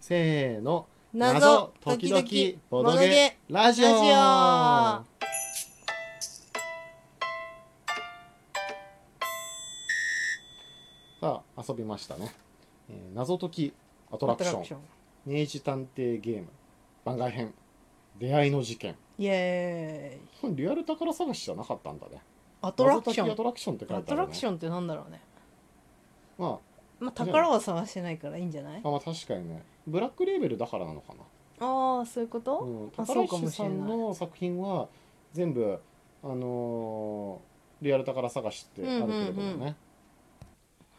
せーの謎時時々々ボドボドゲゲラジオラさあ遊びましたね、えー謎解きアトラクションン明治探偵ゲーム番外編出会いの事件 イエーイこれリアル宝探しじゃなかったんだねアトラクシ謎ョ解きアントラクションって書アいてあトるラねクションってなんだろうねままあ宝は探してないからいいんじゃないあ、あまあ確かにねブラックレーベルだからなのかなああそういうことうん、あ宝そうか石もしされないんの作品は全部あのーリアル宝探しってあるけれどもね、うんうんうんうん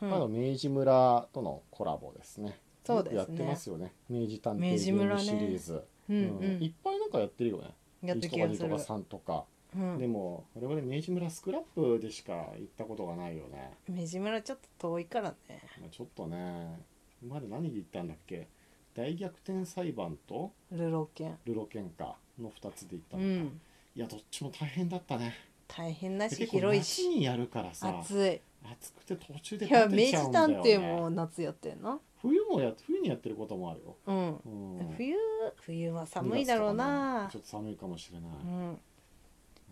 まあ明治村とのコラボですねそうでよすくやってまねすよね明治探偵ゲ明治ー村ムねシリーズ、ううんんいっぱいなんかやってるよねうんやって1ると気かが2すとか3るとか、うんでも我々明治村スクラップでしか行ったことがないよね、目地村ちょっと遠いからねまあちょっとね今まで何で行ったんだっけ大逆転裁判とルロケンルロケンカの2つで行ったうのか、いんやどっちも大変だったね大変だし結構広い夏しにやるからさ暑い暑くて途中でいや立明て治ちゃうんだよ探ね偵も夏やってんな冬もや冬にやってることもあるよ、うんうん、冬冬は寒いだろう二な月とかねちょっと寒いかもしれない、うん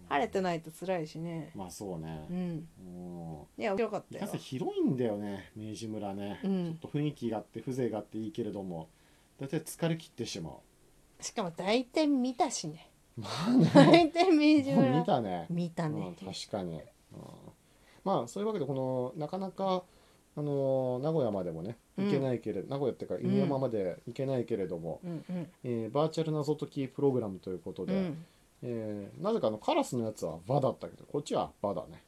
晴れてないと辛いしねまあそううね、んうん、いやよかっいたかんよせん広いんだよね明治村ね、うんちょっと雰囲気があって風情があっていいけれども大体疲れ切ってしまうしかも大体見たしねまあね大体明治もう村見たね見たうん、ね確かに、うん、まあそういうわけでこのなかなかあのー名古屋までもね行けないけれど、名古屋っていうか犬山まで行けないけれども、うんうんえーバーチャル謎解きプログラムということうで、んえーなぜかあのカラスのやつは「バ」だったけどこっちは「バ」だね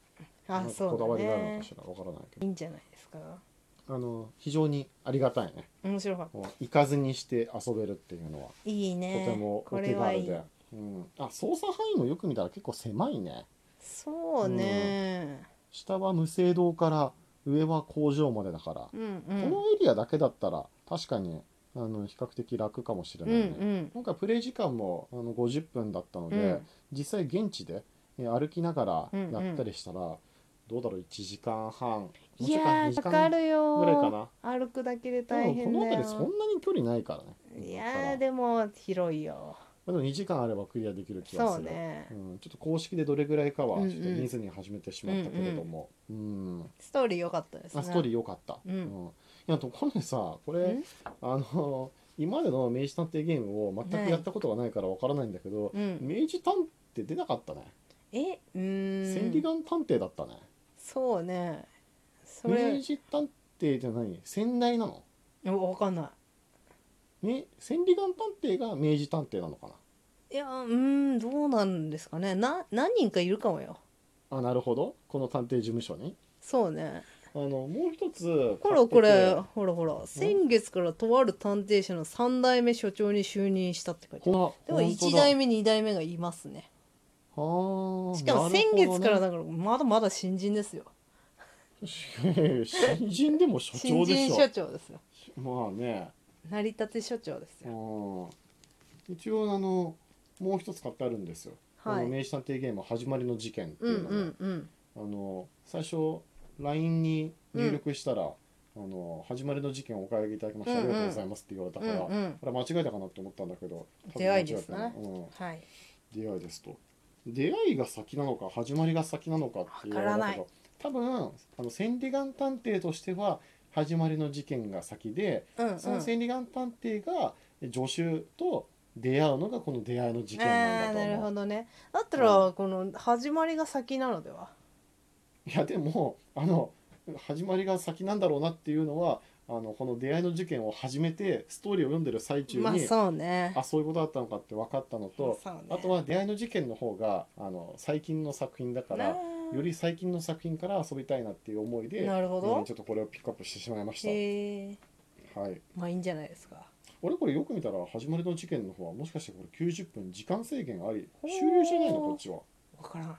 あなんかそこだわうだりがあるのねかしらわからないけいどいんじゃないですかあの非常にありがたいね面白かったもう行かずにして遊べるっていうのは、いいねとてもこおれ手はい軽いで、うん、あ操作範囲もよく見たら結構狭いねそうね下は無声堂から上は工場までだから、うんうこんのエリアだけだったら確かにあの比較的楽かもしれうなんいね、うん今回プレイ時間もあの50分だったので、うん実際現地でえー歩きながらうんうんやったりしたら、どうだろう1時間半もういちょっとかや2ー時かか間るよぐらいかーな歩くだけで多分大変このだ辺りそんなよに距離ないからねいだからやーでも広いよまあでも2時間あればクリアできる気がそすうる、ねうん、ちょっと公式でどれぐらいかはちょっとうんうん見ずに始めてしまったけれども、うんストーリー良かったですねあストーリー良かった、うんいやところでさこれ、うんあの今までの明治探偵ゲームを全くやったことがないからわからないんだけど、うん明治探偵出なかったね、えう千里ー眼ん探偵だったねそうねそ明れ治探偵じゃない先代なの分かんなね千里眼探偵が明治探偵なのかいいやうーんどうなんですかねな何人かいるかもよなあなるほどこの探偵事務所にそうねあのもう一つほらこれほらほら先月からとある探偵社の3代目所長に就任したって書いてあるこでも1代目2代目がいますねはあしかも先月からなるだからまだまだ新人ですよほどね 新人でも所新長で人し所長ですよょまあね成り立て所長ですうよん一応あのもう一つ買ってあるんですよ、はあのい明治探偵ゲーム始まりの事件ってうんいううのが、んうんあの最初 LINE に入力したら、あの始まりの事件をお買い上げいただきまして、うんうんありがとうございますって言われたうから、んうんあれ間違えたかなと思ったんだけど多分出会いですね間違えたなはいうん、出会いですと出会いが先なのか始まりが先なのかっていうわかだらなけいど多分あの千里眼探偵としては始まりの事件が先で、うんうんその千里眼探偵が助手と出会うのがこの出会いの事件あなあんだなとる思ほう。どねだったらこの始まりが先なのではいやでもあの始まりが先なんだろうなっていうのはあのこの出会いの事件を始めてストーリーを読んでる最中に、まあそうねあそういうことだったのかって分かったのと、そうねあとは出会いの事件の方があの最近の作品だから、ねより最近の作品から遊びたいなっていう思いでなるほどうんちょっとこれをピックアップしてしまいました、へえはい、まあいいんじゃないですか俺これよく見たら始まりの事件の方はもしかしてこれ90分時間制限あり終了じゃないのほうこっちはもわからん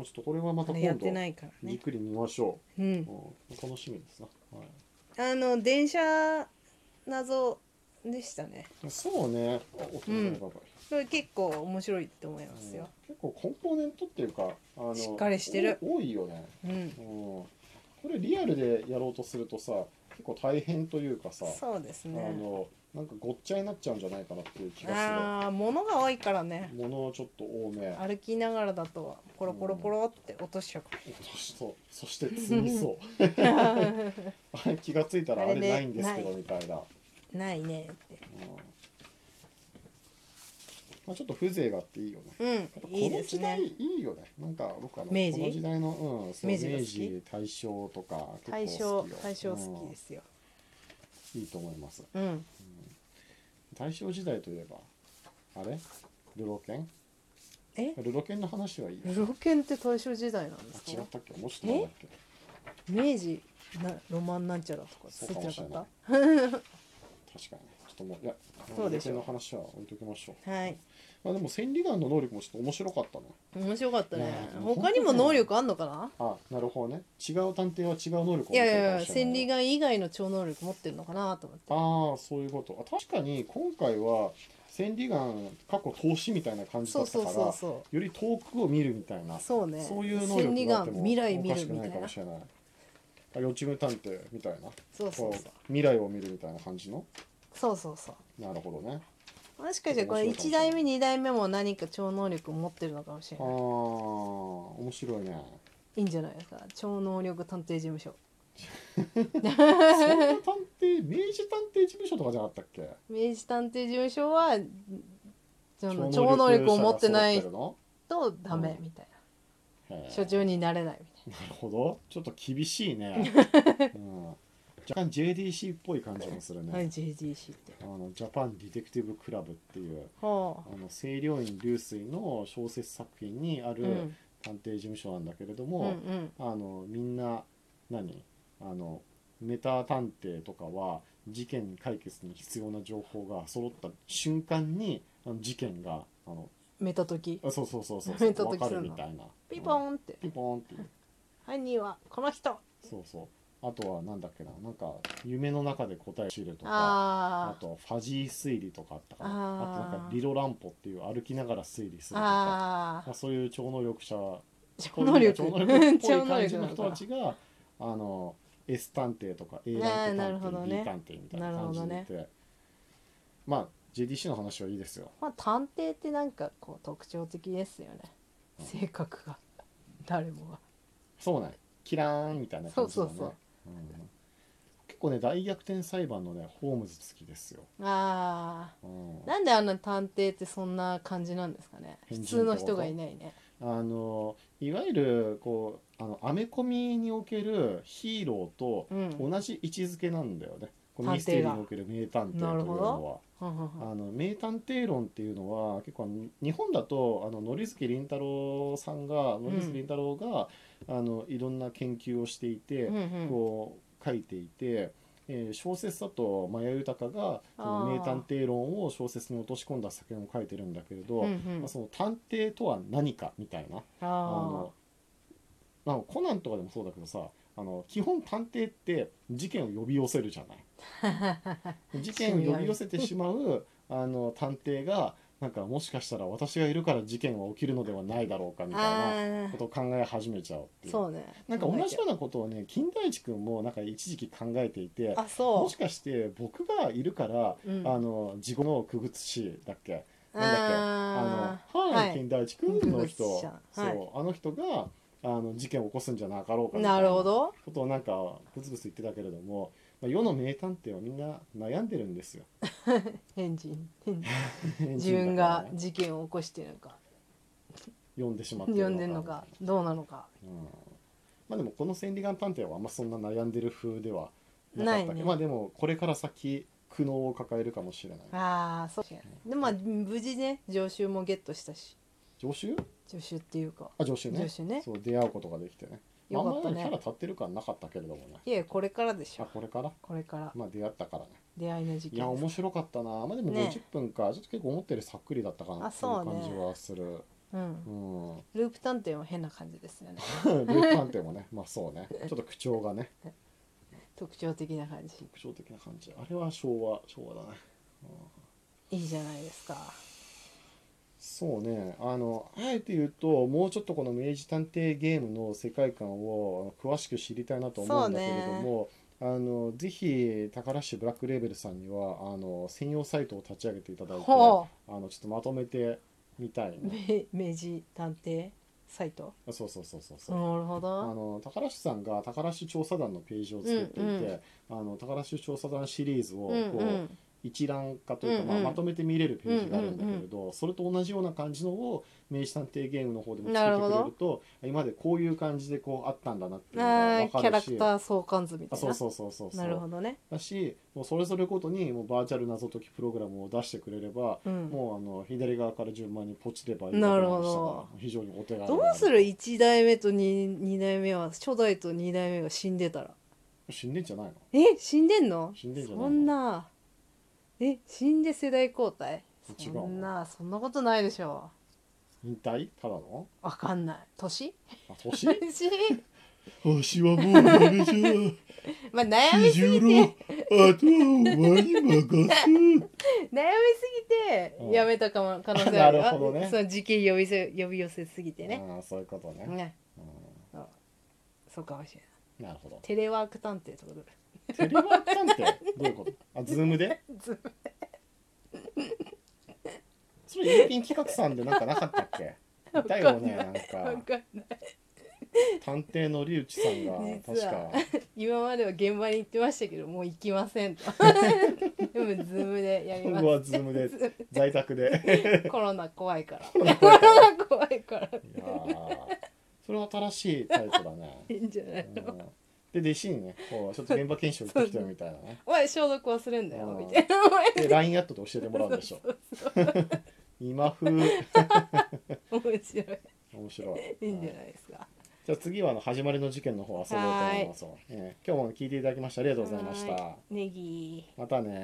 うちょっとこれはまたあれや今っ度てないからゆっねくり見ましょう、うんうん、楽しみですな、はいあの電車謎でしたねそうね。あ音が鳴るばかりこれ結構面白いと思いますうんよ結構コンポーネントっていうか、あのしっかりしてるお多いよね。うんうんこれリアルでやろうとするとさ、結結構大変というかさ、そうですあねのなんかごっちゃになっちゃうんじゃないかなっていう気がああ物が多いからすねる物をちょっと多め歩きながらだとポロポロポロって落としちゃうか落としそうそして積みそうあ れ気がついたらああれれねないんですけどないみたいな、うんらないねってまあ、ちょっと風情があっていいよねうんいこいのです時代ねいいよねなんか僕あの明治この時代の、うん、そう明明治が好き治大正とか対結構象好きよ、対象好きですすようんいいと思いますうん大正時代といえばあれルロケンえルロケンの話はいいよルロケンって大正時代なんであす違かったっけもうちょっとなんだっけ明治なロマンなんちゃらとかそそううかじゃもなしかれっないた確かにちょっともういやそうでしょルロケンの話は置いときましょうはいまあでも千里眼の能力もちょっと面白かったね面白かったねねえ他にも能力あんのかなあなるほどね違う探偵は違う能力をいやいやい持やってるか千もしれ里ない眼以外の超能力持ってるのかなと思ってああそういうことあ確かに今回は千里眼過去投資みたいな感じだそうったそうからそうそより遠くを見るみたいなうそうねそういう能力があっても千里眼未来お見かしるくみなたいいかなもしれないあ予知夢探偵みたいなそうそうこそうう未来を見るみたいな感じのそうそうそうなるほどねもしかしてこれ面白1いかもしれない代目2代目も何か超能力を持ってるのかもしれああない面白いねいいんじゃないですか超能力探偵事務所そんな探偵明治探偵事務所とかじゃなかったっけ明治探偵事務所はその超超能力を持ってな者いが揃ってるのとダメみたいへなー所長になれないみたいなるほどちょっと厳しいね、 うん、若干 JDC っぽい感じもするね、なはい JDC ってあのジャパンディテクティブクラブっていうはあの清涼院流水の小説作品にああ、うん、る探偵事務所なんだけれどうんうも、んあのみんな何あのメタ探偵とかは事件解決に必要な情報が揃った瞬間にあの事件があのメタ時あそうそうそう そうメタ分解きかするるのみたいなピボうんーンってピボーンっていう犯人はこの人そうそうあとはなんだっけななんか夢の中で答えを知るとかああーとファジー推理とかあったかなああーとなんかリロランポっていう歩きながら推理するとかあまあ、そういう超能力者ー超能力超能力っぽ 超い能感じの力なの人かたちがあの S 探偵とか A あー探なる偵ほ探ど偵、ね B 探偵みたいな感じでないるほて、まあ JDC の話はいいですよまあ探偵ってなんかこう特徴的ですよねうん性格が誰もがそうねキラーンみたいな感じのねそうそうそううん結構ね大逆転裁判のねホームズ好きですよ、あうんーなんであんな探偵ってそんな感じなんですかね普変人通の人がいないねあのいわゆるこうあのアメコミにおけるヒーローとうん同じ位置づけなんだよね、こう探偵がミステリーにおける名探偵というなるほのはど。うんうんうんあの名探偵論っていうのは結構あの日本だとあの乗月倫太郎さんがん乗月倫太郎が、あのいろんな研究をしていて、うんこう書いていて、えー小説だと真矢豊がそのあー名探偵論を小説に落とし込んだ作品を書いてるんだけれど、うんうまんあ、その探偵とは何かみたいなああのまあコナンとかでもそうだけどさあの基本探偵って事件を呼び寄せるじゃない 事件を呼び寄せてしまうあの探偵がなんかもしかしたら私がいるから事件は起きるのではないだろうかみーたいなあことを考え始めちゃうってーいうそうねなんか同じようなことをね金田一君もなんか一時期考えていてあもそしかして僕がいるから、うんあの地獄のくぐつしだっけうなんだっけああのははいい金田一君の人、文物者そう、はいあの人があの事件を起こすんじゃなかろうかーみたいなるほどことをなんかブツブツ言ってたけれども、まあ、世の名探偵はみんな悩んでるんですよ変人変人自自分が事件を起こしてるのか読んでしまって読んでるのかどうなのかうんまあでもこの千里眼探偵はあんまそんな悩んでる風ではなかったけど、ないねまあでもこれから先苦悩を抱えるかもしれないああそうかでまあ無事ね常習もゲットしたし助手助手っていうかあ助手ね助手ねそう出会うことができてねまあよあんまかりったキャラね立ってる感なかったけれどもねいやこれからでしあょこれからこれからまあ出会ったからね出会いの時期いや面白かったなまあでもね50分か、ちょっと結構思ったよりさっくりだったかなあっていうそうね感じはするうんう、ん ループ探偵も変な感じですよねループ探偵もねまあそうねちょっと口調がね特徴的な感じ口調的な感じあれは昭和昭和だねいいじゃないですかそうねあのあえて言うともうちょっとこの明治探偵ゲームの世界観をあの詳しく知りたいなと思うんだけれども、あのぜひ宝市ブラックレーベルさんにはあの専用サイトを立ち上げていただいてあのほちょっとまとめてみたいうねめ明治探偵サイトそうそうそうそうそう、なるほあどの宝市さんが宝市調査団のページを作っていて、あの宝市調査団シリーズをこう、うんうん一覧化というか、うんまあ、うんまとめて見れるページがあるんだけれど、うそれと同じような感じのを「明治探偵ゲーム」の方でもな作るってほくれどると今までこういう感じでこうあったんだなっていうのがあ分ーキかャるラしクター相関図みあたいそうなそうそうそうそうなるほどねだしもうそれぞれごとにもうバーチャル謎解きプログラムを出してくれれば、うんもうあの左側から順番にポチればいいなるわほどけなんですから非常にお手軽どうする1代目と 2, 2代目は初代と2代目が死んでたら死んでんじゃないのえ死んでんの死んでんじゃないのそんなえ死んで世代交代違うそんなそんなことないでしょ引退ただのわかんない年あ年年星はもうやめじゃ まあ 悩み四す十ぎ郎てあとはお前に任悩みすぎてやめたかも可能性ある よなるほどねその時期呼びせ呼び寄せすぎせてねああそういうことね、ねうそうかもしれないん、なるほどテレワーク探偵とかどれテレワーク探偵どういうことあズームでズーそれ郵便企画さんでなんかなかったっけいたよねなんわかかんない探偵のリュウチさんが確実かは今までは現場に行ってましたけどもう行きません とでもズームでやり今ま後はすズー ムで在宅でコロナ怖いからロナコ怖いロからナ怖いからいやーそれは新しいタイプだ ね、いいんじゃなういんの、で弟子にねこうちょっと現場検証行ってきたよみたいなねお前消毒忘れんだようんみたいなお前で LINE アットで教えてもらうんでしょ今風面面白白いいいいんじゃないですかじゃあ次はあの始まりの事件の方遊ぼうと思いますわ、えー今日も聞いていただきましてありがとうございましたはーいネギまたね